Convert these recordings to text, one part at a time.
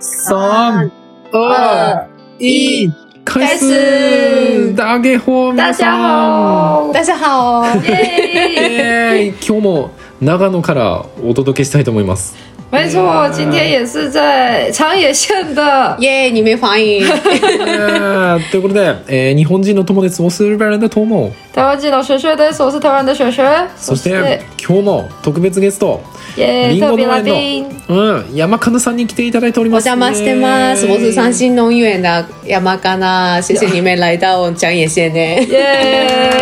三、二、一，开始大家好皆さん大家好， 耶今日も長野からお届けしたいと思います。没错，今天也是在长野县的。耶！你们欢 迎，えーということで、えー日本人の友です。オーストラリアの友。台湾籍的学学的，我是台湾的学学，そして、今日も特別ゲスト、耶リン特ゴ别農来園宾，の、うん、山かなさんに来ていただいておりま我す。叫马斯特马，我是三星农园的亚麻干呐，谢谢你们来到江野县 呢。耶！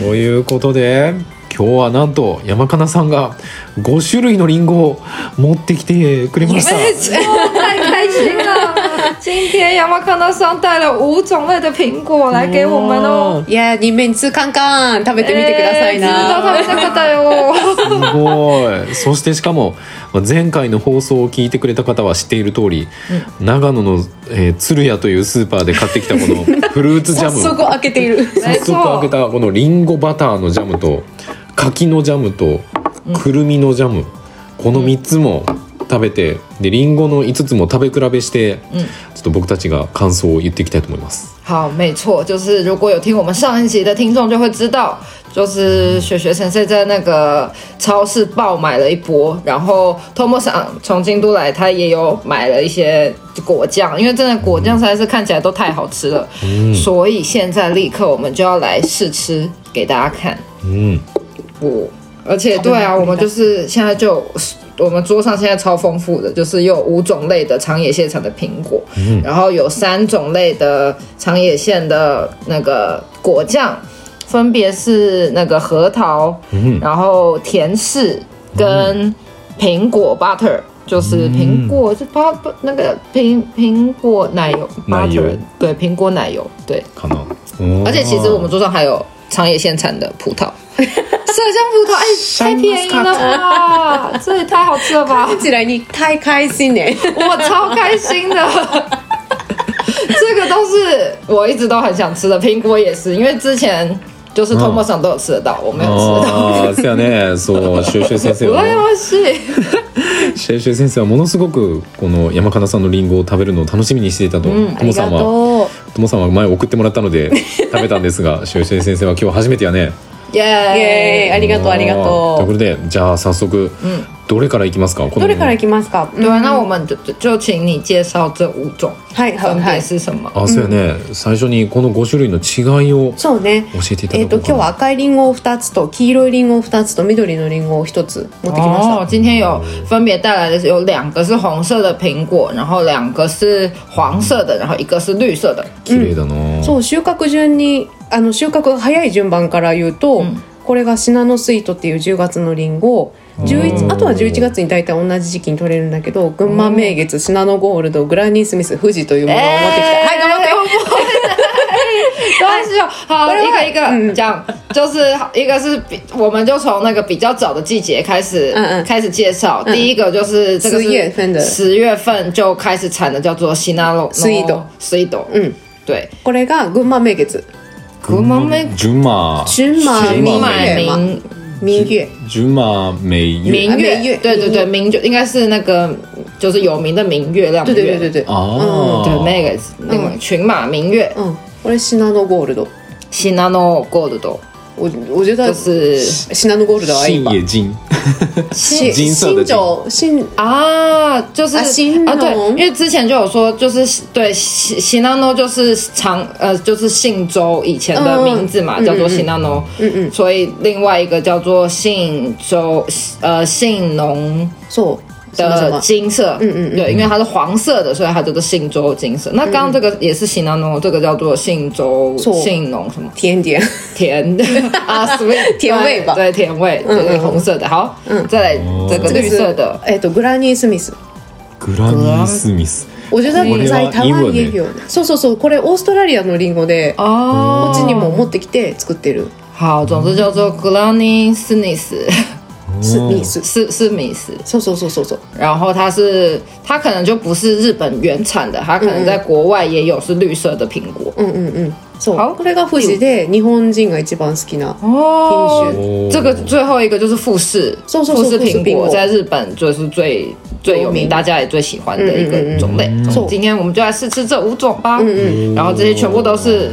ということで今日はなんと山かなさんが5種類のリンゴを持ってきてくれました太开心了！ 今天亚麻康纳桑带了五种类的苹果来给我们哦。耶！你们吃看看，食べてみてください知道他な。们这个带 哦。すごい そしてしかもまあ前回の放送を聞いてくれた方は知っている通り、長野の、えー、鶴屋というスーパーで買ってきたこ のフルーツジャ早ム速開けている。早没速開け错，たこのリンゴバターのジャムと柿のジャムとくるみのジャム、この3つも食べてでリンゴの5つも食べ比べして、ちょっと僕たちが感想を言っていきたいと思います。好，没错，就是如果有听我们上一集的听众就会知道，就是雪雪先生在那个超市爆买了一波，然后托莫想从京都来，他也有买了一些果酱，因为真的果酱实在是看起来都太好吃了，所以现在立刻我们就要来试吃给大家看。うん、我，而且对啊，我们就是现在就我们桌上现在超丰富的，就是有五种类的长野县产的苹果，嗯然后有三种类的长野县的那个果酱，分别是那个核桃，嗯然后甜柿跟苹果 butter。就是苹嗯果，就包那个苹苹果奶油奶油 butter，对，苹果奶油，对。かな。而且其实我们桌上还有长野县产的葡 萄，麝香葡萄，哎、太便宜了吧！这也太好吃了吧！起来你太开心呢。我超开心的。这个都是我一直都很想吃的，苹果也是，因为之前就是托莫上都有吃得到，我没有吃到。ああ、そうやね。 そう、シュウシュウ先生我はね、要是シュウシュウ先生はものすごくこの山かなさんのリンゴを食べるのを楽しみにしていたと、ともさんは、う。ともさんは前送ってもらったの で食べたんですが、シュウシュウ先生は今日初めてやね。耶！あ耶，りがとうありがということとで、じゃあ早速、どれからいきますか。このう。どれから行きますか？对啊，那我们就就就请你介绍这五种はいはい分は别い。是什么？あ、そうやね。最初にこの5種類の違いを教そうね。えていたえっ、だこうと今日かはな。赤いリンゴを2つと黄色いリンゴを2つと緑のリンゴを1つ持ってきました。哦，今天有分别带来的是有两个是红色的苹果，然后两个是黄色的，然后一个是绿色的。綺麗だな。そう収穫順にあの収穫が早い順番から言うと、これがシナノスイートっていう10月のリンゴおー11あとは11月に大体同じ時期に取れるんだけど群馬名月シナノゴールドグラニースミス富士というものを持ってきた、はい頑張って但是好，一个一嗯个讲，就是一个是比，我们就从那个比较早的季节开始嗯嗯开始介绍。第一个就是这个十月份的十月份就开始产的，叫做西纳洛 Sweet 斯伊朵，うん对，これが群馬名月古蒙梅純馬。純馬純明馬麦明明明月純馬名誉。明啊月明月，对对对，明就应该是那个就是有名的明月亮的对月，对对对对ああ。对，那个那个群马明月，うんこれシナノゴールド西纳诺 gold 的，我我觉得就是シナノゴールドはいい信わ也金。し金色新的金庄新啊，就是啊新农啊，对，因为之前就有说，就是对西西纳诺就是长呃，就是信州以前的名字嘛，叫做西纳诺，嗯嗯，所以另外一个叫做信州呃信农そう什么什的么金色，嗯嗯，对，因为它是黄色的，所以它叫做信州金色。那刚刚这个也是西纳诺，这个叫做信州错信农什么甜点 甜的啊，sweet 甜味吧对，对 甜味，对，红色的，好，嗯，再来这个绿色的。えっ、とグラニースミスグラニースミス。我觉得在台湾也有，そうそうそう、これオーストラリアのリンゴで、こ哦，っちにも持ってきて作ってる。好，总之叫做 Granny Sneeze，是米是， 是是米斯，そうそうそうそうそう。然后它是它可能就不是日本原产的，它可能在国外也有是绿色的苹果。うんうんうん。そあう。これが富士で日本人が一番好きな。哦种品这个最后一个就是富士，そうそう富そう士富士苹苹果果在日本就是最最有名，名大家也最喜欢的一嗯嗯嗯个嗯种类。そう今天我们就来试吃这五种吧。嗯然后这些全部都是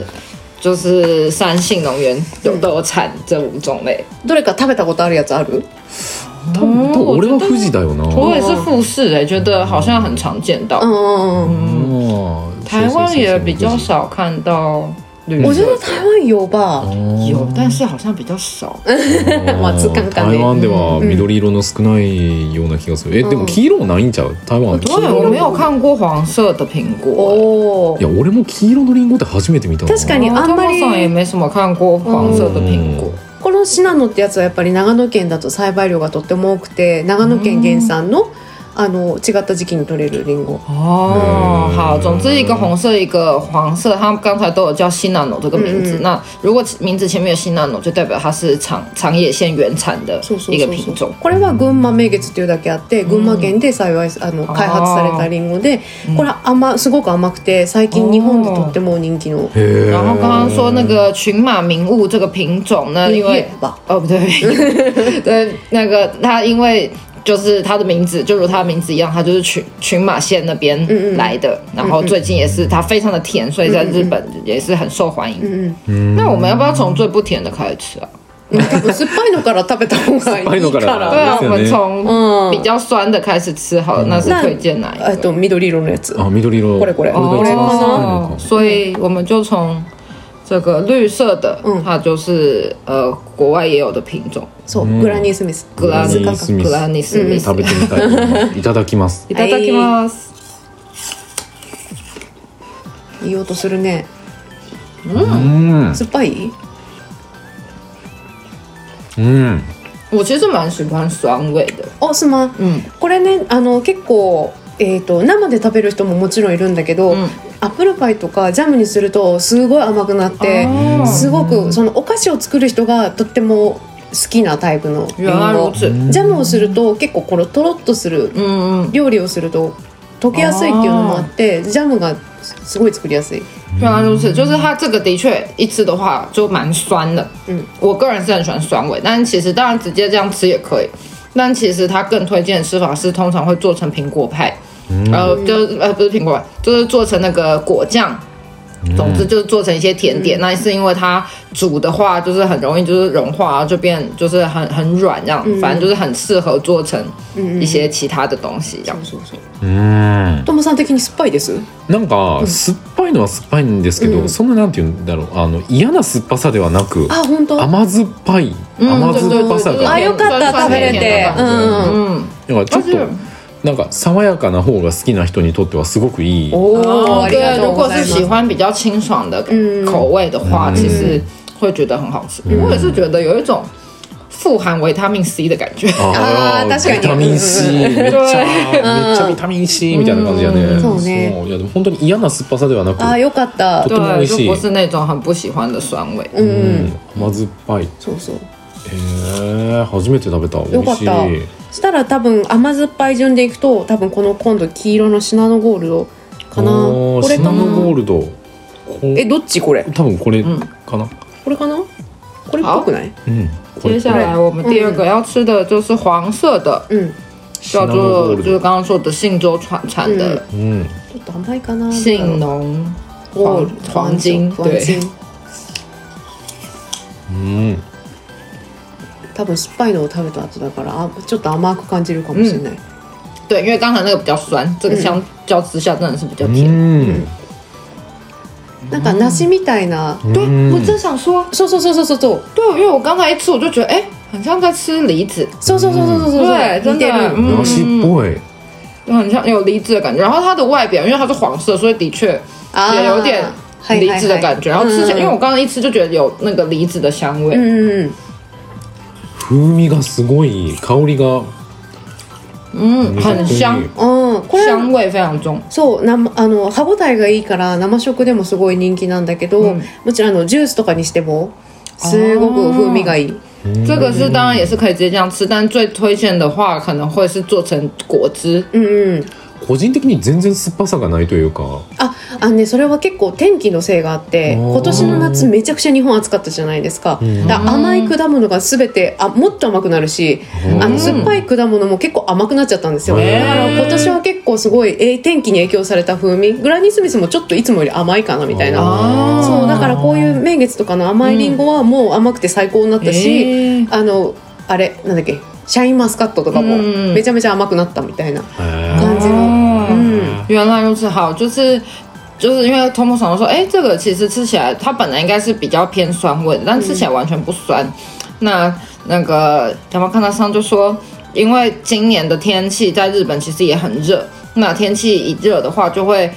就是三性农园有都有产这五种类。どれか食べたことあるやつある？多分多分俺は富士だよな。我也是富士哎、觉得好像很常见到，うんうんうん。哦台湾也比较。そうそうそうそう少看到绿我觉色得台湾有吧。有，但是好像比较少。うんまあつかんか台ね湾では緑色の少ないような気がする。え、でも黄色もないんちゃう？台湾。对，我没有看过黄色的苹果、哦おおい。や、俺も黄色のリンゴって初めて見たな。確かに啊あんまり上也没什么看过黄色的苹果。このシナノってやつはやっぱり長野県だと栽培量がとっても多くて長野県原産のあの違った時期に取れるリンゴ。哦嗯，好，总之一个红色，一个黄色，它刚才都有叫西南农这个名字。嗯嗯那如果名字前面有西南农，就代表它是长长野县原产的そうそう一そ个う品そ种う。これは群馬名月っていうだけあって群馬県で幸いあの開発されたリンゴでこれ甘すごく甘くて最近日本でとっても人気のへー。然后刚刚说那个群马名物这个品种呢，因为ば。哦 不对，对那个它因为。就是它的名字，就如它的名字一样，它就是群群马县那边来的。嗯然后最近也是它非常的甜，所以在日本也是很受欢迎。嗯那我们要不要从最不甜的开始吃啊？うん多分酸っぱいのから食べた方がい酸っいぱいのかからら。对啊，です我よね们从嗯比较酸的开始吃好了，嗯那呃是那推荐哪一えっ个？と緑色のやつ。あ、緑色。これこれが一番少ないの哦か，。所以我们就从这个绿色的，嗯它就是呃国外也有的品种，そううんグラニースミス。格拉格拉尼尼斯密斯格拉尼斯密斯食。べてみたいと思います。いただきます。いただきます。いい音するね。嗯うん。酸っぱい？うん。我其实蛮喜欢酸味的，あすまん。嗯これねあの結構、えー、と生で食べる人ももちろんいるんだけど、嗯，アップルパイとかジャムにするとすごい甘くなって哦すごくそのお菓子を作る人がとっても好きなタイプのリン原来如ゴ此，嗯ジャムをすると結構このとろっとする嗯，料理をすると溶けやすいっていうのもあってジャムがすごい作りやすい原来如此，就是它这个的确一吃的话就蛮酸的。嗯，我个人是很喜欢酸味，但其实当然直接这样吃也可以。但其实它更推荐的吃法是，通常会做成苹果派，呃，就是呃不是苹果派，就是做成那个果酱。总之就是做成一些甜点，那是因为它煮的话就是很容易就是融化，然后就变就是很很软这样，反正就是很适合做成一些其他的东西这样。そうそううん。トモさん的に酸っぱいですなんか酸っぱいのは酸っぱいんですけど、そんななんて言うんだろうあの嫌な酸っぱさではなくあ本当甘酸っぱい甘酸っぱさうんが、あよかった食べれて酸う酸んうん嗯，なんかちょっとなんか爽やかな方が好きな人にとってはすごくいい。おー哦，ありが对，と如うご果ざい是ます喜欢比较清爽的口味的话，其实会觉得很好吃。我也是觉得有一种富含维他命 C 的感觉。ああーー確かにビタミン C めっちゃめっちゃビタミン C みたいな感じだね、んそうねいやでも本当に嫌な酸っぱさではなくあよかったとても美对，味就しい不是那种很不喜欢的酸味。うん、うん、甘酸っぱいへそうそうえ初めて食べた美よか味っしいたしたら多分甘酸っぱい順でいくと多分この今度黄色のシナノゴールドかなおこーシれかナなノゴールドこうえどっちこれ多分これんかな、これかなこれっぽくないうん、これ接下来我们第二个要吃的就是黄色的，うん叫做就是刚刚说的信州产产的うんちょっと甘いかな信浓ゴー黄ルド黄金，黄金对，うん多分酸っぱいのを食べた後だからあちょっと甘く感じるかもしれない、对，因为刚才那个比较酸，这个相较之下真的是比较う甜。んなんか梨みたいな、うん对，我正想说，そうそうそうそうそうそう对，因为我刚才一吃，我就觉得，哎、很像在吃梨子，そうそうそうそうそう对，そう真似的てる，嗯，梨っぽい、很像有梨子的感觉。然后它的外表，因为它是黄色，所以的确あー也有点はい梨はい子的感觉。然后吃起嗯来，因为我刚刚一吃就觉得有那个梨子的香味。うんうんうん風味がすごい香りが嗯，嗯很香，うんこれ香味非常重。そう生あの歯ごたえがいいから生食でもすごい人気なんだけど、うんもちろんあのジュースとかにしてもすごく風味がいい这个是当然也是可以直接这样吃，但最推荐的话可能会是做成果汁。うんうん個人的に全然酸っぱさがないというかああのねそれは結構天気のせいがあっておー今年の夏めちゃくちゃ日本暑かったじゃないですか,、だから甘い果物が全てあもっと甘くなるしうんあの酸っぱい果物も結構甘くなっちゃったんですよだへーから今年は結構すごいえー天気に影響された風味グラニースミスもちょっといつもより甘いかなみたいなあーそうだからこういう名月とかの甘いリンゴはもう甘くて最高になったし、へーあのあれなんだっけシャインマスカットとかもうんめちゃめちゃ甘くなったみたいなへ感じ哦の。うん原来如此，好，就是就是因为 t o m 想说，哎，这个其实吃起来它本来应该是比较偏酸味的，但吃起来完全不酸。那那个小猫看到上就说，因为今年的天气在日本其实也很热，那天气一热的话，就会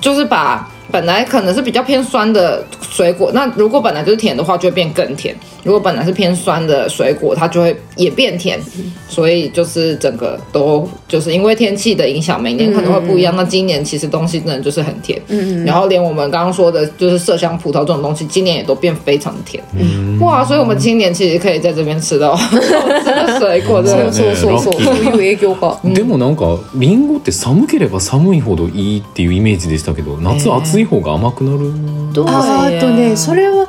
就是把。本来可能是比较偏酸的水果，那如果本来就是甜的话，就会变更甜；如果本来是偏酸的水果，它就会也变甜。所以就是整个都就是因为天气的影响，每年可能会不一样。那今年其实东西真的就是很甜，嗯，然后连我们刚刚说的就是麝香葡萄这种东西，今年也都变非常甜，嗯，哇！所以我们今年其实可以在这边吃到 好吃的水果，真的そそううそうそう、ねそういう影響か。えでもなんかリンゴって寒ければ寒いほどいいっていうイメージでしたけど夏暑い方が甘くなるどうあやあとねそれは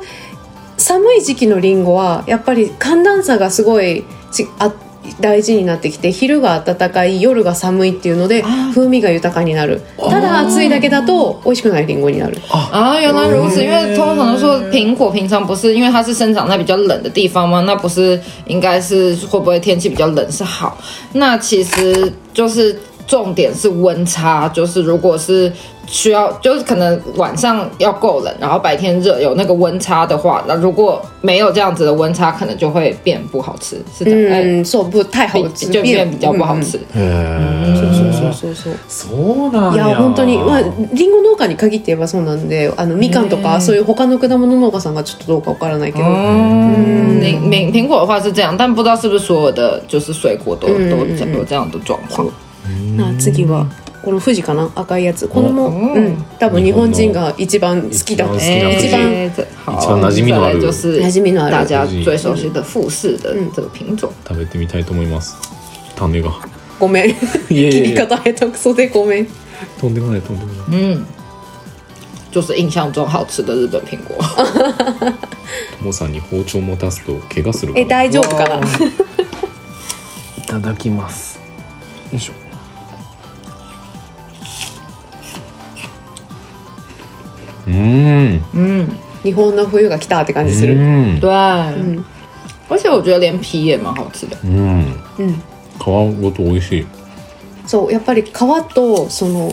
寒い時期のリンゴはやっぱり寒暖差がすごいちあ大事になってきて昼が暖かい夜が寒いっていうので風味が豊かになるただ暑いだけだと美味しくないリンゴになる啊，原来如此。因为通常都说苹果平常不是因为它是生长在比较冷的地方吗？那不是应该是会不会天气比较冷是好？那其实就是重点是温差，就是如果是需要，就是可能晚上要够冷，然后白天热有那个温差的话，那如果没有这样子的温差，可能就会变不好吃，是的，哎，うんそう不太比好吃就变比较不好吃。へえうんうんそうそうそうそうそうなんいやや本当にまあリンゴ農家に限って言えばそうなんであのみかんとねえかそういう他の果物農家さんがちょっとどうかわからないけど、嗯，苹苹苹果的话是这样，但不知道是不是所有的就是水果都、嗯都嗯嗯有这样的状况。な次はこの富士かな赤いやつこれも、おうん、多分日本人が一番好きだ一番好き馴那不是一般馴哎一般这好染みのある再来就是染みのあ大る家最熟悉的富士的这个品种。食べてみたいと思います種がごめんいや 切いりや方下手くそでごめんとんでもないとんでもない嗯，就是印象中好吃的日本苹果。ともさんに包丁持たすと怪我するからえ大丈夫かないただきますよいしょうーん嗯，日本の冬が来たって感じすうるん对，而且我觉得连皮也蛮好吃的。うんうん皮ごと美味しいそうやっぱり皮とその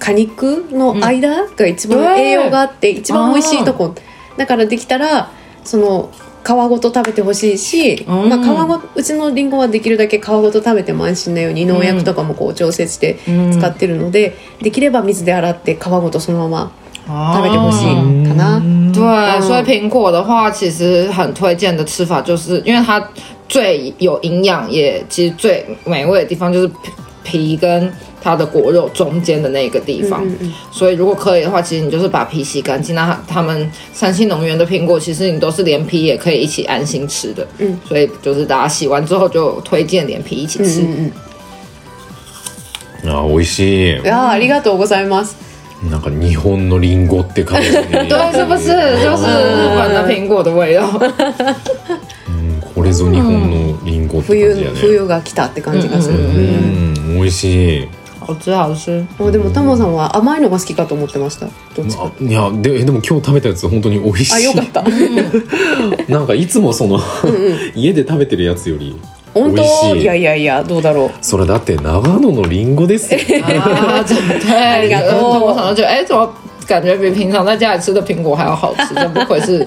果肉の間が一うん番栄養があって一番美味しいとこだからできたらその皮ごと食べてほしいし、うんまあ、皮ごうちのりんごはできるだけ皮ごと食べても安心なように農薬とかもこう調節して使ってるので、できれば水で洗って皮ごとそのま哦ま食べてほしいかな。对，嗯所以苹果的话，其实很推荐的吃法，就是因为它最有营养，也其实最美味的地方就是皮皮跟它的果肉中间的那个地方。嗯嗯所以如果可以的话，其实你就是把皮洗干净。那它他们三星农园的苹果，其实你都是连皮也可以一起安心吃的。嗯，所以就是大家洗完之后就推荐连皮一起吃。うんあー美味しうん、あありがとうございます。いなんか日本のリンゴって感じ 对，是不是嗯就是日本的苹果的味道？うんこれぞ日本のリンゴって冬感じやね冬が来たって感じがする。うん美味しい好吃，好吃。もうでもタモさんは甘いのが好きかと思ってました。どっちか。あいやででも今日食べたやつ本当に美味しいあよかった。 なんかいつもその家で食べてるやつより美本味し当いいやいやいやどうだろう。それだって長野のリンゴですよ 啊，真的对，感动然后我常常觉得，哎，怎么感觉比平常在家里吃的苹果还要好吃？真不愧是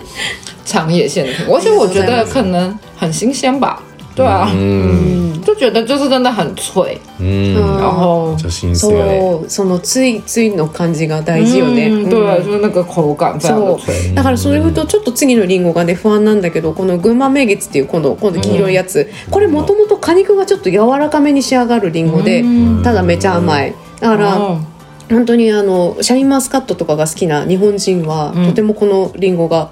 长野县的苹果，而且我觉得可能很新鲜吧。对啊，うん就觉得就是真的很脆，うんあめ然后っちゃ新鮮そうそのついついの感じが大事よね。嗯うん对，就是那个口感非常的そ脆。うだからそれ言うとちょっと次のリンゴがね不安なんだけどこの群馬名月っていうこのこの黄色いやつ、これもともと果肉がちょっと柔らかめに仕上がるリンゴで、ただめちゃ甘いだから、嗯哦本当にあのシャインマスカットとかが好きな日本人は、とてもこのリンゴが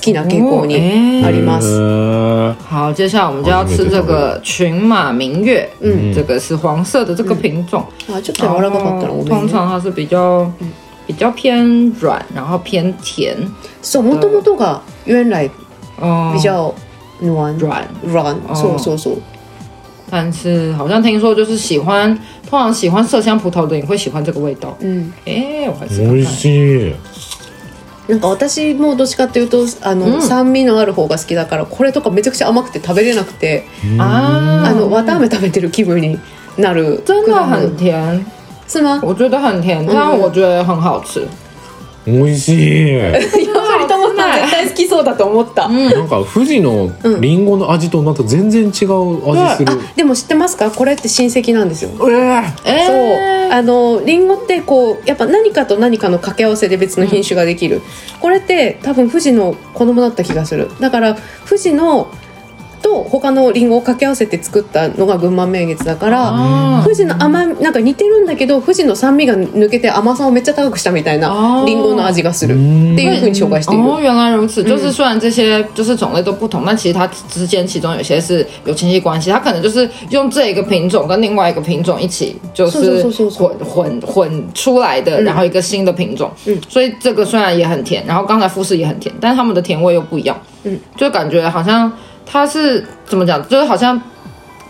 きな傾向哦にえーあります。へー好，接下来我们就要吃这个群马明月，嗯，这个是黄色的这个品种，あちょっと柔らかかったらごめん通ね。常它是比较比较偏软，然后偏甜，そう元々が原来嗯，比较軟软，软，そうそうそう。但是好像听说就是喜欢，通常喜欢麝香葡萄的你会喜欢这个味道。うん。哎、我还是美味しい。なんか私もどっちかっていうとあの、酸味のある方が好きだからこれとかめちゃくちゃ甘くて食べれなくて、啊，あのわたあめ食べてる気分になる真的果物很甜，是吗？我觉得很甜，但我觉得很好吃。美味しい。やっぱり友さん絶対好きそうだと思った。なんか富士のリンゴの味とまた全然違う味する。あでも知ってますかこれって親戚なんですよ。うわ嗯哎、そうあのリンゴってこうやっぱ何かと何かの掛け合わせで別の品種ができる、これって多分富士の子供だった気がするだから富士のと他のリンゴを掛け合わせて作ったのが群馬名月だから啊富士の甘みなんか似てるんだけど富士の酸味が抜けて甘さをめっちゃ高くしたみたいなあーリンゴの味がするうんっていうふうに紹介している、哦，原来如此。就是虽然这些就是种类都不同，但其实它之间其中有些是有亲戚关系，它可能就是用这一个品种跟另外一个品种一起就そう是嗯そうそうそう混混混出来的，然后一个新的品种。嗯所以这个虽然也很甜，然后刚才富士也很甜，但是它们的甜味又不一样。嗯，就感觉好像它是怎么讲，就是好像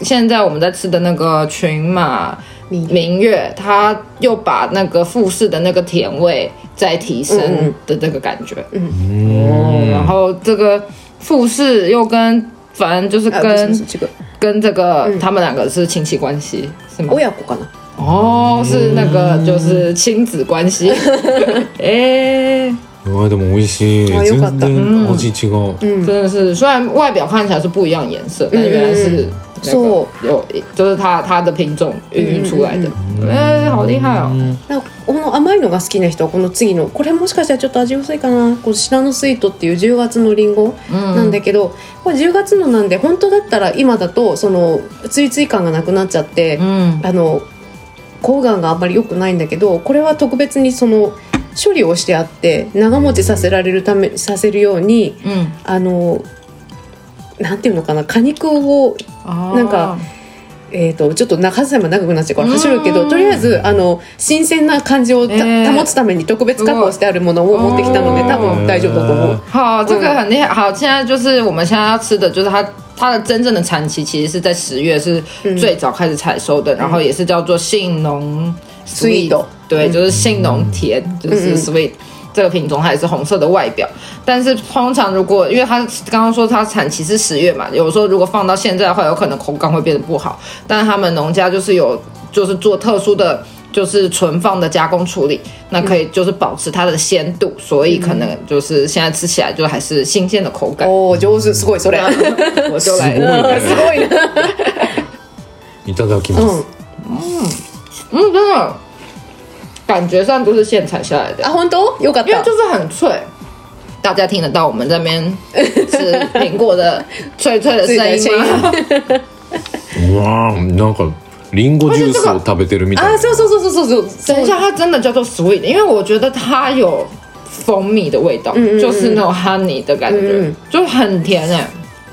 现在我们在吃的那个群马。明月明月，它又把那个富士的那个甜味再提升嗯嗯的这个感觉，哦，然后这个富士又跟反正啊就是嗯あそうそう跟違う跟这个他们两个是亲戚关系，是吗？親子かな哦，是那个就是亲子关 系。哎，うわでも美味しい。あよかった全然味違う。真的是，虽然外表看起来是不一样颜色，但原来是那そう个有就是它它的品种孕育出来的。哎，好厉害哦！なんかこの甘いのが好きな人はこの次のこれもしかしたらちょっと味薄いかなこうシナノスイートっていう10月のリンゴ嗯なんだけど、これ10月のなんで本当だったら今だとそのついつい感がなくなっちゃって、嗯，あの抗がんがあんまり良くないんだけどこれは特別にその処理をしてあって長持ちさせられるためさせるように嗯，あのなんていうのかな果肉を哦なんかえー、とちょっと中狭長くなっちゃうからうん走るけどとりあえずあの新鮮な感じをた、えー保つために特別加工してあるものを持ってきたのでうん多分大丈夫だと思う。好，这个很厉害。好，现在就是我们现在要吃的就是它。它的真正的产期其实是在十月，是最早开始采收的，然后也是叫做杏农 Sweet 对，就是杏农甜，就嗯嗯嗯是 sweet 这个品种，它也是红色的外表。但是通常如果因为它刚刚说它产期是十月嘛，有时候如果放到现在的话，有可能口感会变得不好。但他们农家就是有就是做特殊的。就是存放的加工处理，那可以嗯就是保持它的鲜度，所以可能就是现在吃起来就还是新鲜的口感。啊おー上手すごいそれ。うん我就来すごい了，すごいな。いただきまうすん。。嗯，真的感觉上都是现采下来的あ。本当？よかっ因为た就。是很脆。大家听得到我们这边吃苹果的脆脆的声音吗？うわーなんかリンゴジュースを食べてるみたあい。そうそうそうそうそうそう。等一下，它真的叫做 sweet，因为我觉得它有蜂蜜的味道，就是那种 honey 的感觉，嗯就很甜哎、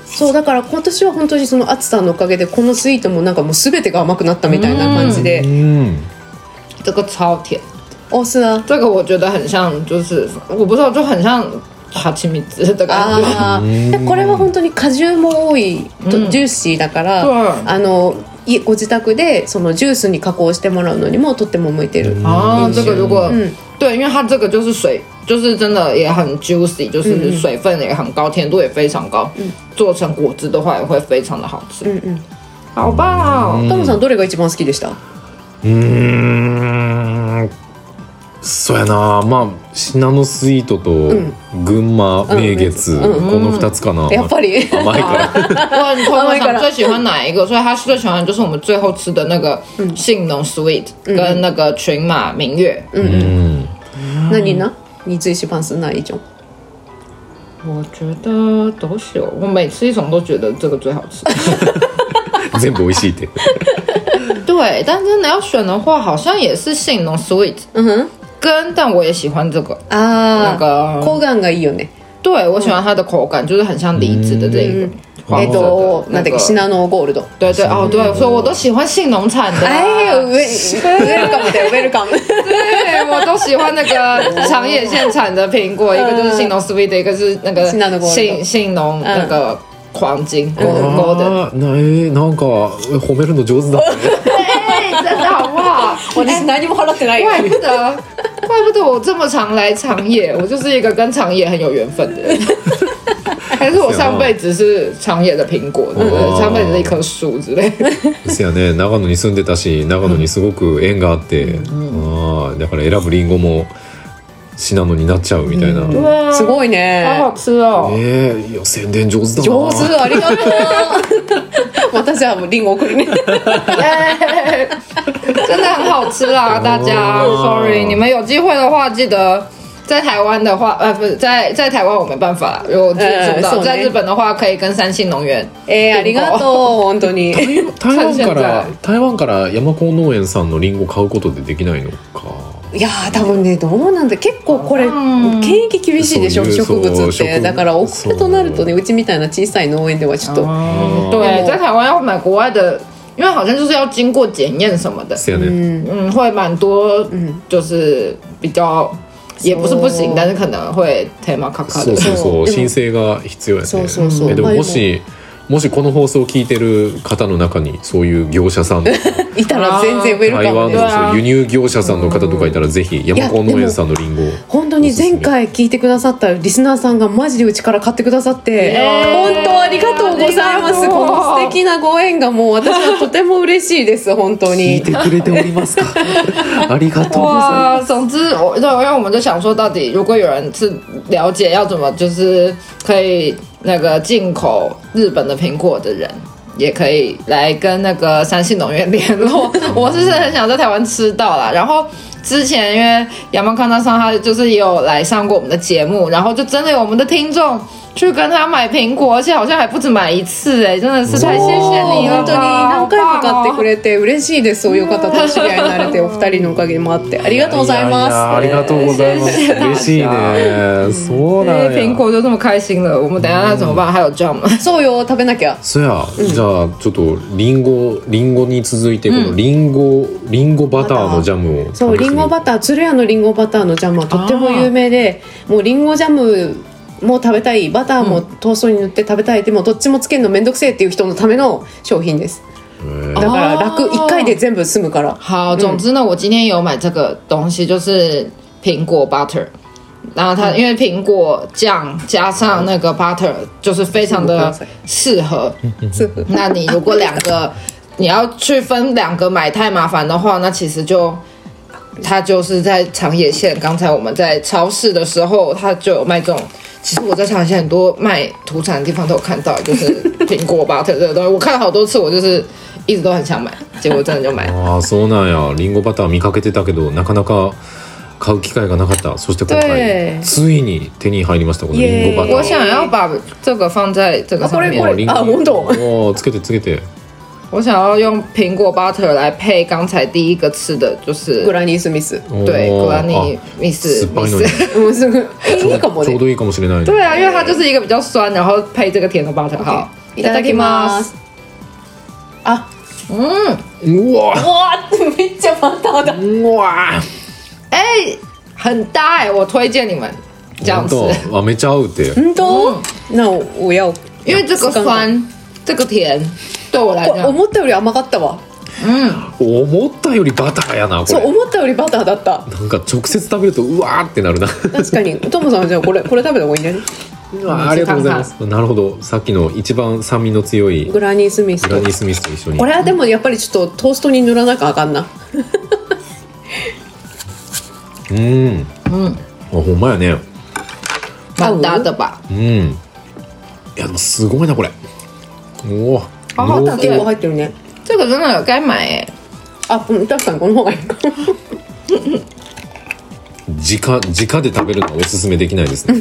そうだから今年は本当にその暑さのおかげでこのスイートもなんかもうすべてが甘くなったみたいな感じうで。ん。这个超甜，おすな。这个我觉得很像，就是我不知道，就很像啊哈奇米子的感觉。あーでこれは本当に果汁も多いと、ジューシーだから、うんあのいご自宅でそのジュースに加工してもらうのにもとっても向いてる、哦，这个如果、嗯对，因为它这个就是水，就是真的也很 juicy，就是水分也很高，甜度也非常高，做成果汁的话也会非常的好吃，嗯嗯好棒哦！タモさんどれが一番好きでしたうーん。そうやなまあシナノスイートと群馬名月、この二つかな、やっぱり甘いから哇，你同麦我克了想最喜欢哪一个？所以他最喜欢的就是我们最后吃的那个杏农 sweet 嗯跟那个群马明月。うん何な你最喜欢是哪一种我觉得都有，我每吃一种都觉得这个最好 吃。全部美味しいって对，但真的要选的话，好像也是杏农 sweet うん跟，但我也喜欢这个ああ那个抗がんがいいよね对我喜欢它的口感，就是很像梨子的这一个嗯。黄え色っ的と、なんだっけ、シ那个ナノーゴールド。对对哦，对，所以我都喜欢性农产的啊。哎ウェウェルカムだよ、ウェルカム。对， 我都喜欢那个长野县产的苹果，一个就是信浓 sweet，一个是那个嗯信濃ゴールド哦信信浓那个黄金 golden，あーなえーなんかえ褒めるの上手だね。哎，真的好不 好？私何も払ってないよ。怪不得，怪不得我这么常来长野，我就是一个跟长野很有缘分的 人。还是我哦上辈子是长野的苹果，对不哦对？上辈子是一棵树之类的。ですよね長野に住んでたし長野にすごく縁があって、あーだから選ぶリンゴも信濃になっちゃうみたいな、え哇すごい好ね好。吃哦！ーいや宣伝上手だな上手、ありがと う。またじゃあ、もうリンゴ送るね。哎 真的很好吃啦，大家哦，sorry，你们有机会的话记得。在台湾的话，呃，不是在在台湾我没办法啦，如果自己做呃到。送在你日本的话，可以跟三星农园えー、ありがとう、本当に。台湾か感謝 だら台湾から山高農園さんのリンゴ買うことでできないのかいやー多分ねどうなんだ結構これん権益厳しいでしょそういう植そ物うっ植て物だから送るとなるとねうちみたいな小さい農園ではちょっと哦哦，对，在台湾要买国外的，因为好像就是要经过检验什么的，せやね、嗯，会蛮多，嗯哦就是比较也不是不行そう，但是可能会 tema 卡卡そう。そ的うそうそう申請が必要やねそうそうそうえでまもあでももしもしこの放送を聞いてる方の中にそういう業者さん いたら全然ウェル台カム湾でのすあーそう輸入業者さんの方とかいたらぜひ山高農園さんのリンゴを本当に前回聞いてくださったリスナーさんがマジでうちから買ってくださってえー本当ありがとうございまありがとすうこの素敵なご縁がもう私はとても嬉しいです本当聞いにてくれております かありがとうございます哇，总之我对，因为我们就想说，到底如果有人是了解要怎么就是可以那个进口日本的苹果的人。也可以来跟那个三信农园联 络，我是真的很想在台湾吃到啦。然后之前因为亚麻康纳桑他就是也有来上过我们的节目，然后就真的有我们的听众去跟他买苹果，而且好像还不止买一次哎、真的是太谢谢你了吧，本当に何回も買ってくれれ。て嬉しいですそういう方とお知り合いになれてお二人のおかげもあってありがとうございますややありがとうございます。谢谢大家嬉しいね。そうなんや。哎苹果就这么开心了，我们等一下怎么办？还有 Jump。そうよ食べなきゃそや、じゃあちょっとリンゴリンゴに続いてこのリンゴ、リンゴバターのジャムをそうリンゴバター鶴屋のリンゴバターのジャムはとっても有名でもうリンゴジャムも食べたいバターもトーストに塗って食べたい、でもどっちもつけるの面倒くせえっていう人のための商品ですーだから楽あー1回で全部済むから好，总之呢，我今天有买这个东西，就是苹果 butter。然后它因为苹果酱加上那个 butter，就是非常的适合。ス那你如果两个你要去分两个买太麻烦的话，那其实就它就是在长野县。刚才我们在超市的时候，它就有卖这种。其实我在长野县很多卖土产的地方都有看到，就是苹果 butter 这个东西，我看了好多次，我就是一直都很想买，结果真的就买了。ああそうなんや。リンゴバター見かけてたけどなかなか買う機会がなかった。そして今对回ついに手に入りましたこのリンゴバター。我想要把这个放在这个上啊不面然，あリンゴあ本当おーつけてつけて。我想要用苹果 butter 来配刚才第一个吃的，就是グラニー・スミスおー对格兰尼あ密斯酸っ密ぱいの斯に。 うんすぐいいかもちょうねどいいかもしれないね。对啊，因为它就是一个比较酸，然后配这个甜的 butter。好，いただきますあうわうわーめっちゃバターだうわ哎、很搭哎、我推荐你们这样吃，本当あめちゃ合うって。本当なおおやお因为这个酸，这个甜，对我来これ讲，思ったより甘かったわ思ったよりバターやなこそうれ思ったよりバターだったなんか直接食べるとうわーってなるな確か にトモさんはじゃあこれこれ食べた方がいいんじゃないうんありがとうございますなるほどさっきの一番酸味の強いグラニー・スミスグとラニー・スミスと一緒にこれはでもやっぱりちょっとトーストに塗らなきゃあかんなうんうんあほんまやね蛮搭的吧？うんいやでもすごいなこれおおあまた結構入ってるね这个真的有该买哎、あうん確かにこの方 がいいかも直直で食べるのはおすすめできないですね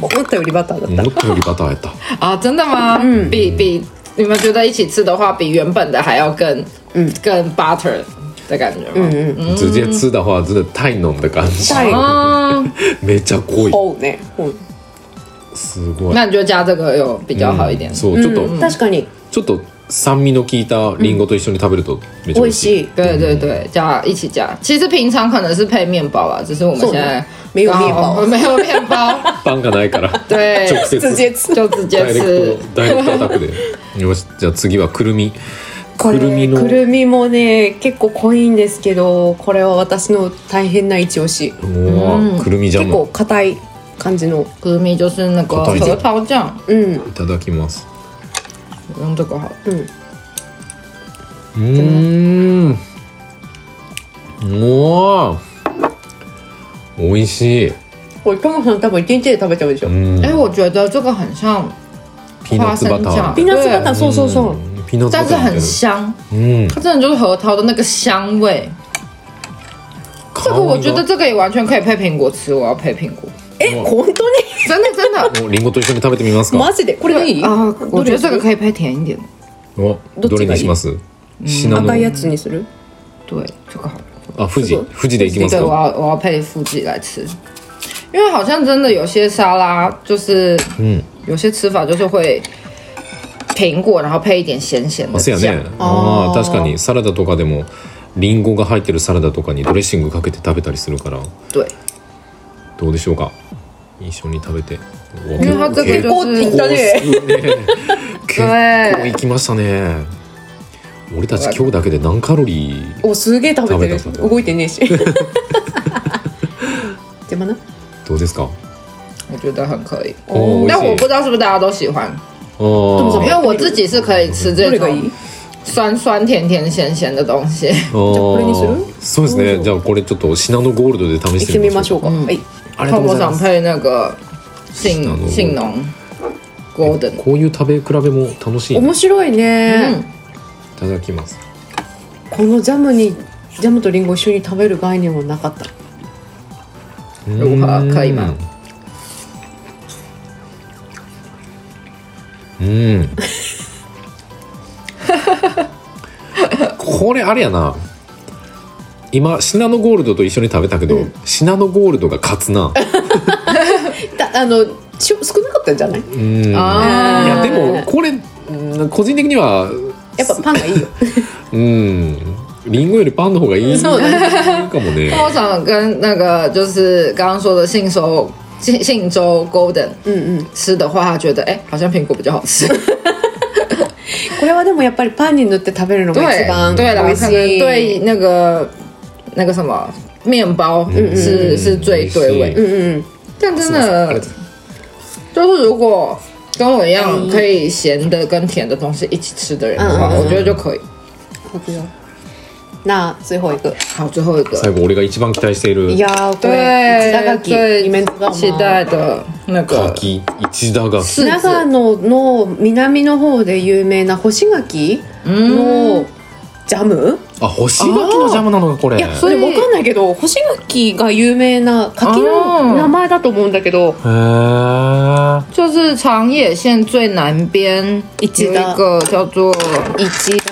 思ったよりバターだった、思ったよりバターやった啊，真的吗？嗯，比比你们觉得一起吃的话，比原本的还要更嗯更 butter 的感觉吗？嗯直接吃的话真的太浓的感じタイ嗯，めっちゃ濃いおうね、うんすごい。那你就加这个有比较好一点。うんそうちょっと、うん確かにちょっと酸味の効いたリンゴと一緒に食べるとめっちゃ美美味味ししい。い。对对对，加一起加。其实平常可能是配面包啦，啊只是我们そうね现在没有面包刚好没有面包， パンがない から。对，直接直接吃。就直接ダイレ吃ク。トダイレクトアタック で。よしじゃあ次はくるみ。くるみの。くるみもね結構濃いんですけどこれは私の大変な一押しうわうんくるみジャ結構ム。硬い感じの可米就是那个口味核桃酱，うんいただきます。我用这个好了。うんうーん。うわ美味しい。これトムさん多分一日で食べちゃうでしょ、うん哎、。我觉得这个很像ピーナッツバタ花生ー。酱ピーナッツバターうんそうそうそう、。ピーナッツバ但ター是很みたい香，な。うん。它真的就是核桃的那个香味。这个我觉得这个也完全可以配苹果吃，我要配苹果，えうん本当に真的真 的。もうリンゴと一緒に食べてみますか。マジでこれがいい 啊，我觉得这ど个れ可以配甜一点。おどっちどれがいいにします？シナモ赤いやン。つにする对，这个好了。あ富士そう富士でいきます对，我か。要我要配附己来吃，因为好像真的有些沙拉就是うん。有些吃法就是会苹果，然后配一点咸咸的あそう酱。やね。ああーあ確かにサラダとかでもリンゴが入ってるサラダとかにドレッシングかけて食べたりするから对，どうでしょうか。一緒に食べて。うわ因为它这个結構就苹是果だねすごいね結構对いきましたね。俺たち今日だけで何カロリー？おすげえ食べてる食べた動い てねえし邪魔などうですか？我觉得很可以。おー美但味し我い不知道是不是大家都喜欢，おでもーさ因为我自己是可以吃ど这れがいい种酸酸甜甜咸咸的东西。じゃあこれにするそうですうねんじゃあこれちょっとシナノゴールドで試行しっててみみままししょょううか、うんはいありがと泡うご沫ざいま想す配那个杏那我杏浓 golden，こういう食べ比べも楽しいね面白いね、嗯，いただきますこのジャムにジャムとリンゴ一緒に食べる概念はなかった嗯如何可以吗うんうん これあれやな今シナノゴールドと一緒に食べたけど、シナノゴールドが勝つなだあのしょ少なかったんじゃないうんい啊，やでもこれうん個人的にはやっぱパンがいいようんリンゴよりパンの方がいい そうかもね泡沫想跟那个就是刚刚说的杏熟杏杏州 golden うんうん吃的话，他觉得哎、好像苹果比较好 吃。 これはでもやっぱりパンに塗って食べるのが一对番美对啦，味可し能い对那个那个什么面包是、是最对味。うんうん但真あり的がとう就是如果跟我一样可以咸的跟甜的东西一起吃的人的话，嗯嗯嗯我觉得就可以。食用なあ最後いく好，最后一个最。後俺が一番期待しているいやーこれ一打書对，きイメント最が期待的那个柿一打が柿長子，野の南の方で有名な干し柿のジャムあ干し柿のジャムなのかこれいへやそれいわかんないけど干し柿が有名な柿の名前だと思うんだけどー就是长野县最南边一有枝一个叫做一だ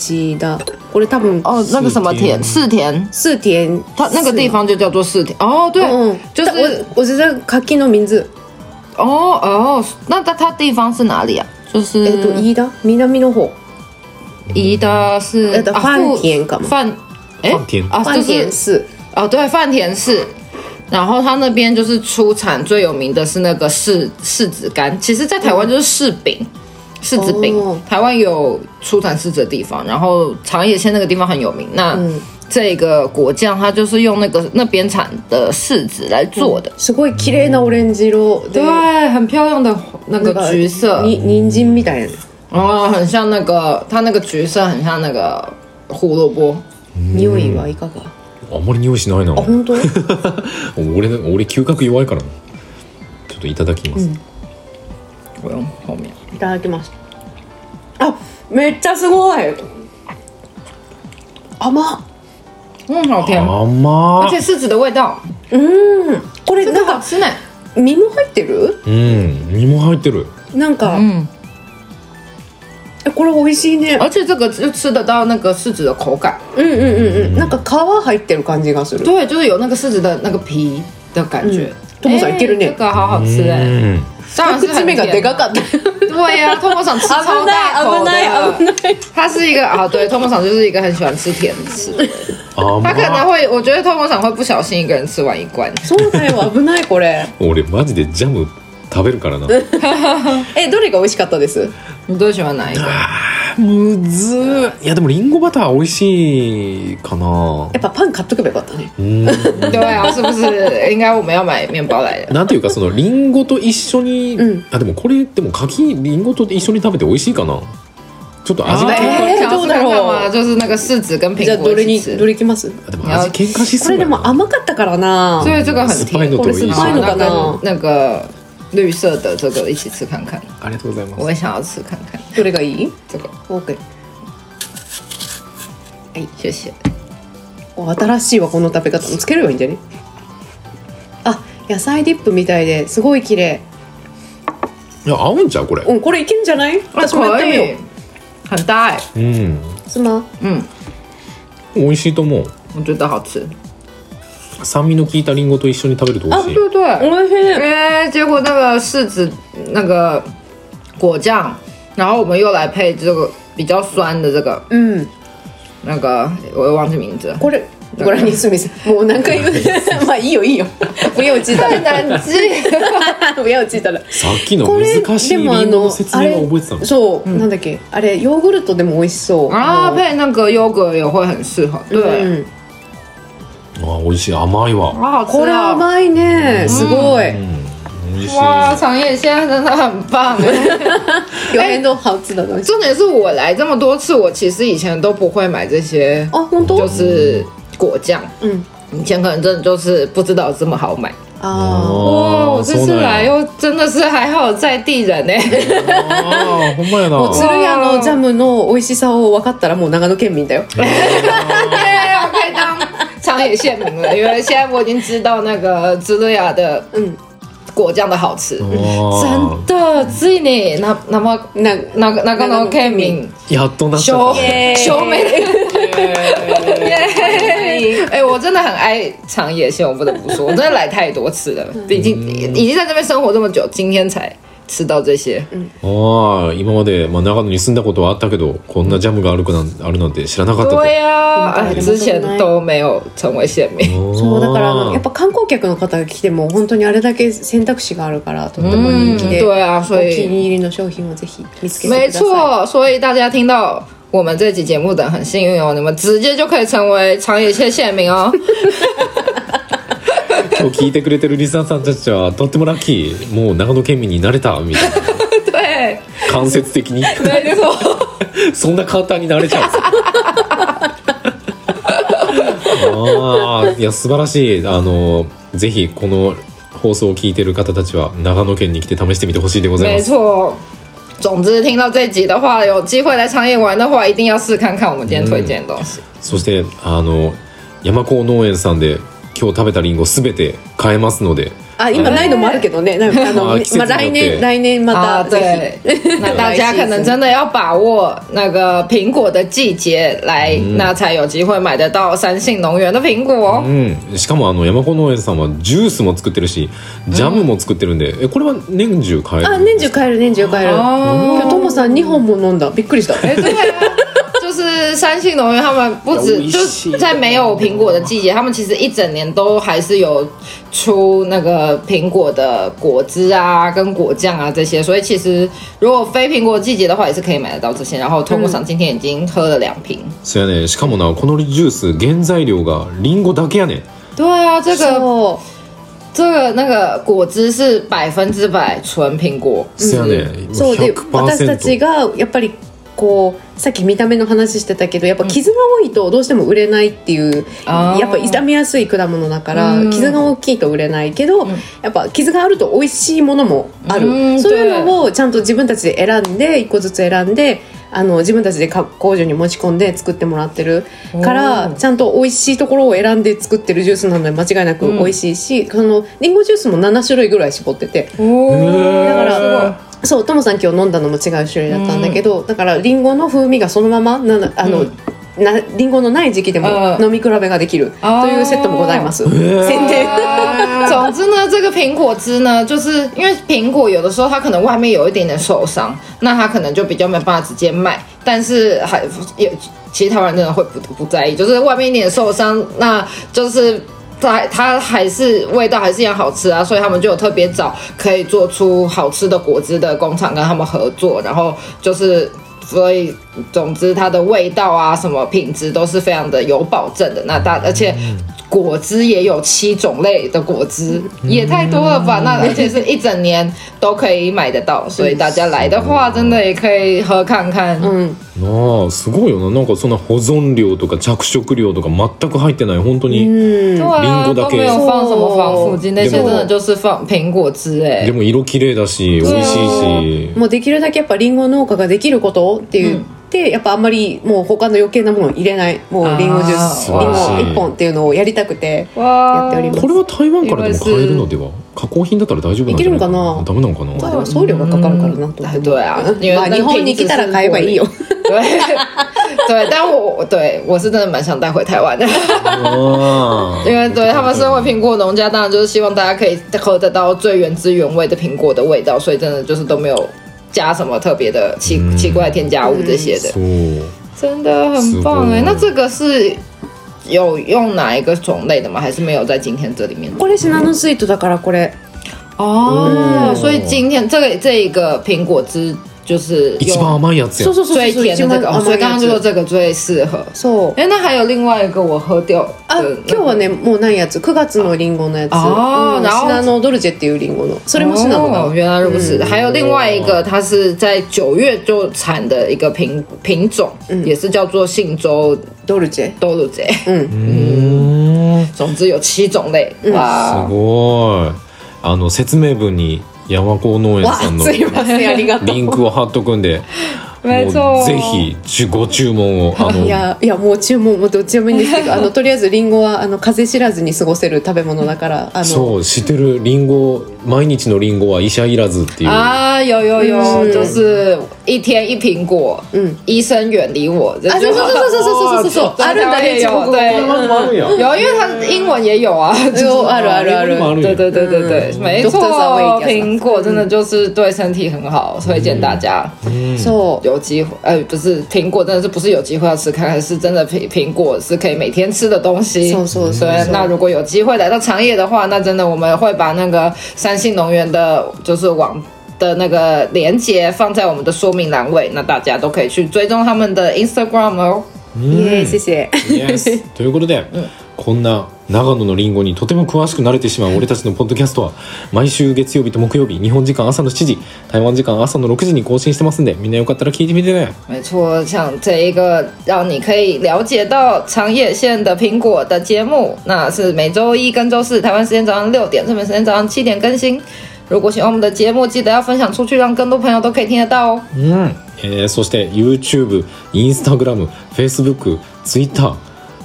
一だこれ多分哦，那个什么田四田，四田它那个地方就叫做四田。哦，对，嗯，就但是我我觉得 kaki の名字，哦哦，那它它地方是哪里啊？就えっと是飯田南の方，宜的是えっと啊饭富田かも饭哎饭田啊，就半田是市哦对饭田市。然后它那边就是出产最有名的是那个柿柿子干，其实，在台湾就是柿饼，柿子饼。哦台湾有出产柿子的地方，然后长野县那个地方很有名。那、这个果酱，它就是用那个那边产的柿子来做的，すごい綺麗なオレンジ色で、对，很漂亮的那なん个か橘色，に人参みたいな。哦，很像那个，它那个橘色很像那个胡萝卜，匂いはいかが？あんまり匂いしないなあ本 当？う俺俺嗅覚弱いからなちょっといただきます我用后面。いただきます。あめっちゃすごい。甘っ。嗯，好哦甜，而甘且っ柿子的味道，うん。これ这な个ん好か吃呢。身も入ってる？うん身も入ってるなんか、嗯，えこれ美味しいね。而且这个就吃得到那个柿子的口感，うんうんうんうん。なんか皮入ってる感じがする。对，就是有那个柿子的那个皮的感觉。嗯多么想哎吃呢嗯这个好好吃哎！うん当然是口很がで甜かかった。 对呀、通通想吃超 大口的。 他是一个啊，对，通通厂就是一个很喜欢吃甜食的人，甘他可能会，我觉得通通厂会不小心一个人吃完一罐。そうだよ危ないこれ。俺マジでジャム食べるからなえどれが美味しかったです？你最喜欢哪一个？むずーいやでもリンゴバター美味しいかなやっぱパン買っとけばよかったね。うん对啊，是不是应该我们要买面包来的？なんていうかそのリンゴと一緒に、うんあでもこれでも柿リンゴと一緒に食べて美味しいかなちょっと味对喧嘩哎想要吃看看吗就是那个柿子跟じゃあ苹果どれ一に起吃ど。れいきます？でも味喧嘩しこそうやれでなも甘かったからな。所以这个很酸っぱい甜の，といいしこれ酸っぱいの那かな跟那个绿色的这个一起吃看看，ありがとうございます我也想要吃看看どれがいい这个。 ？OK。哎，谢谢。お新しいわこの食べ方もつければいいんじゃねあ野菜ディップみたいですごい綺麗いや合うんちゃうこれうんこれいけるんじゃない私もやってみよう，很大哎、うんすまん嗯，美味しいと思う我觉得好吃。酸味の効いたリンゴと一緒に食べると美味しい啊对对，おいし因い为哎结果那个柿子那个果酱，然后我们又来配这个比较酸的这个うん那个，我又忘记 名字了。これご覧にすみませんもう何回言う まあいいよいいよ不要ちいたら 难记，不要ちいたらさっきの難しいリンゴの説明は覚えてたのそう、なんだっけあれヨーグルトでも美味しそう然あ后の配那个优格也会很适合。う对，ん、あ美味しい甘いわ好好吃これ哦！甘いねすごい美味しい哇，长野现在真的很棒哎！有変動ハウツだな 重点是我来这么多次，我其实以前都不会买这些，あ本当就是果酱。うん以前可能真的就是不知道这么好买。ああー哇，我哦这そう次なんや来又真的是还好有在地人 哎、あーほんまやなー鶴屋のジャムの美味しさを分かったらもう長野県民だよ对，我可以当长野县民了，因为现在我已经知道那个芝乐雅的嗯果酱的好吃。 あ真的，自己那那么な那个那个那个 K 名ーやっとなっちゃ修ったね修美的，耶！哎，我真的很爱长野县，我不得不说，我真的来太多次了，已经已经在这边生活这么久，今天才吃到这些。ああ今まで、まあ、長野に住んだことはあったけどこんなジャムがあるくなんあるなんて知らなかったと对呀，嗯哎，之前都没有成为县民。そうだからあのやっぱぱ観光客の方が来ても本当にあれだけ選択肢があるからとっても人嗯，気で、对啊，所お気以に入りの商品をぜひ見つけてください没错，所以大家听到我们这期节目的很幸运哦，你们直接就可以成为长野县县民哦。今日聞いてくれてるリスナーさんたちはとってもラッキーもう長野県民になれたみたいな对，間接的に没错，そんな簡単になれちゃうんですよああいや素晴らしいあのぜひこの放送を聞いてる方たちは長野県に来て試してみてほしいでござい没ます错。总之，听到这集的话，有机会来长野玩的话，一定要试看看我们今天推荐的东西。そしてあの山高農園さんで今日食べたりんごすべて買えますのであ今ないのもあるけどねなんかあのあー季節まあ、によって来年来年啊，またぜ对，那大家可能真的要把握那个苹果的季节来，那才有机会买得到三信农园的苹果哦。うん、しかもあの山子農園さんはジュースも作ってるしジャムも作ってるんで、えこれは年中買えひるあ年中買える年中買える哦今日トモさん2本も飲んだびっくりした哎，对啊， 就是三星农园，他们不有止一就系列在没有苹果的季节，他们其实一整年都还是有出那个苹果的果汁啊、跟果酱啊这些，所以其实如果非苹果季节的话，也是可以买得到这些。然后通过赏今天已经喝了两瓶。そうやねしかもなこのジュース原材料がリンゴだけやねん对啊，这个そ这个那个果汁是百分之百纯苹果，そうやねうそうで私たちがやっぱりこうさっき見た目の話してたけどやっぱ傷が多いとどうしても売れないっていう、あーやっぱ傷みやすい果物だから、うん傷が大きいと売れないけど、やっぱ傷があると美味しいものもある、うんそういうのをちゃんと自分たちで選んで一個ずつ選んであの自分たちでか工場に持ち込んで作ってもらってるからおーちゃんと美味しいところを選んで作ってるジュースなので間違いなく美味しいし、そのリンゴジュースも7種類ぐらい絞ってて。哦だからそうトモさん今日飲んだのも違う種類だったんだけど、だからリンゴの風味がそのままなのあの、なリンゴのない時期でもうん飲み比べができる哦というセットもございます。ー宣伝 总之呢，这个苹果汁呢，就是因为苹果有的时候它可能外面有一点点受伤，那它可能就比较没有办法直接卖，但是还也其实台湾人真的会不不在意，就是外面一点受伤，那就是。它它还是味道还是一样好吃啊，所以他们就有特别找可以做出好吃的果汁的工厂跟他们合作，然后就是所以总之它的味道啊，什么品质都是非常的有保证的。那大而且果汁也有七种类的果汁，也太多了吧？那而且是一整年都可以买得到，所以大家来的话，真的也可以喝看看。うん、なあすごいよななんかそんな保存量とか着色料とか全く入ってない本当に、对啊，林檎だ都け没有放什么防腐剂，那些で真も的就是放苹果汁哎、でも色綺麗だし美味しいしもうできるだけやっぱりんご農家ができることって言って、やっぱあんまりもう他の余計なものを入れないもうりんごジュースあーりん素晴らしいご一本っていうのをやりたくてや哇っておりますこ。れは台湾からでも買えるのでは加工品だったら大丈夫なんじゃないいけダメなのかなまあでも送料がかかるからなと思って。对啊，因为まあ那日个本瓶に子来たら是買えばいいよ。对 对，但我对我是真的蛮想带回台湾的。あー因为对他们身为苹果农家，当然就是希望大家可以喝得到最原汁原味的苹果的味道，所以真的就是都没有加什么特别的奇、奇怪的添加物这些的，嗯そう真的很棒哎、是哦那这个是有用哪一个种类的吗？还是没有在今天这里面？ これシナノスイートだからこれ。哦，所以今天这个这一个苹果汁就是一番用甘いやつやそうそうそうそう。最甜的这个，哦、所以刚刚就说这个最适合。そう。哎、那还有另外一个我喝掉的あ那个，今日はねもうないやつ9月のリンゴのやつあーうんなシおナノドルジェっていうリンゴのそれもシナノだわ哦，原来如嗯此。还有另外一个，它是在九月就产的一个品品种，嗯也是叫做信州ドルジェ多鲁贼。嗯うんす总之有七种类，哇！ごいあの説明文に山高農園わさんのすいませんあ りがとリンクを貼っとくん で没错もうぜひちゅご注文をあうのいやいやもう注文もどっちでもいいんですけどあのとりあえずリンゴはあの風知らずに過ごせる食べ物だからあのそう知ってるリンゴ毎日のリンゴは医者いらずっていう啊，有有有，就是一天一苹果，嗯嗯，医生远离我。这句话啊是是是是是是是是哦啊日本也也有有对，台湾もあるやん 有，因为它英文也有啊，有あるある英ある語にもあるや对ん对对对对，嗯没错 Dr. Zawei，苹果真的嗯就是对身体很好，推荐大家。そう有机会，呃，不是苹果，真的是不是有机会要吃看看，是真的苹苹果是可以每天吃的东西。そうそうそ所う以，那如果有机会来到长野的话，那真的我们会把那个三信农园的，就是网的那个链接放在我们的说明栏位，那大家都可以去追踪他们的 Instagram 哦。うんイエーイ先生 Yes ということで、こんな長野のりんごにとても詳しくなれてしまう俺たちのポッドキャストは毎週月曜日と木曜日日本時間朝の7時台湾時間朝の6時に更新してますんでみんなよかったら聞いてみてね没错，像这一个让你可以了解到长野县的苹果的节目，那是每周一跟周四台湾时间早上六点，日本时间早上七点更新。如果喜欢我们的节目，记得要分享出去，让更多朋友都可以听得到哦。うん、えーそして YouTube、Instagram、Facebook、Twitter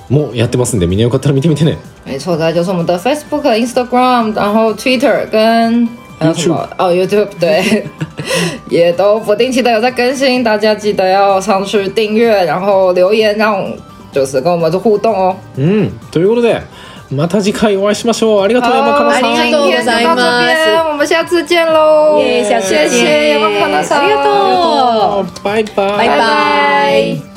もやってますんでみんなよかったら見てみてね没错，再来就是我们的 Facebook、Instagram，然后 Twitter 跟还有什么？哦，YouTube 对，也都不定期的有在更新，大家记得要上去订阅，然后留言，让我们就是跟我们互动哦。うんということでまた次回お会いしましょうあ哎哎りがとう山好川さんありがとうございます今天就到这边我们下次见喽！イエーイ下次见哎谢谢，山川さんありがとうバイバイバイバイ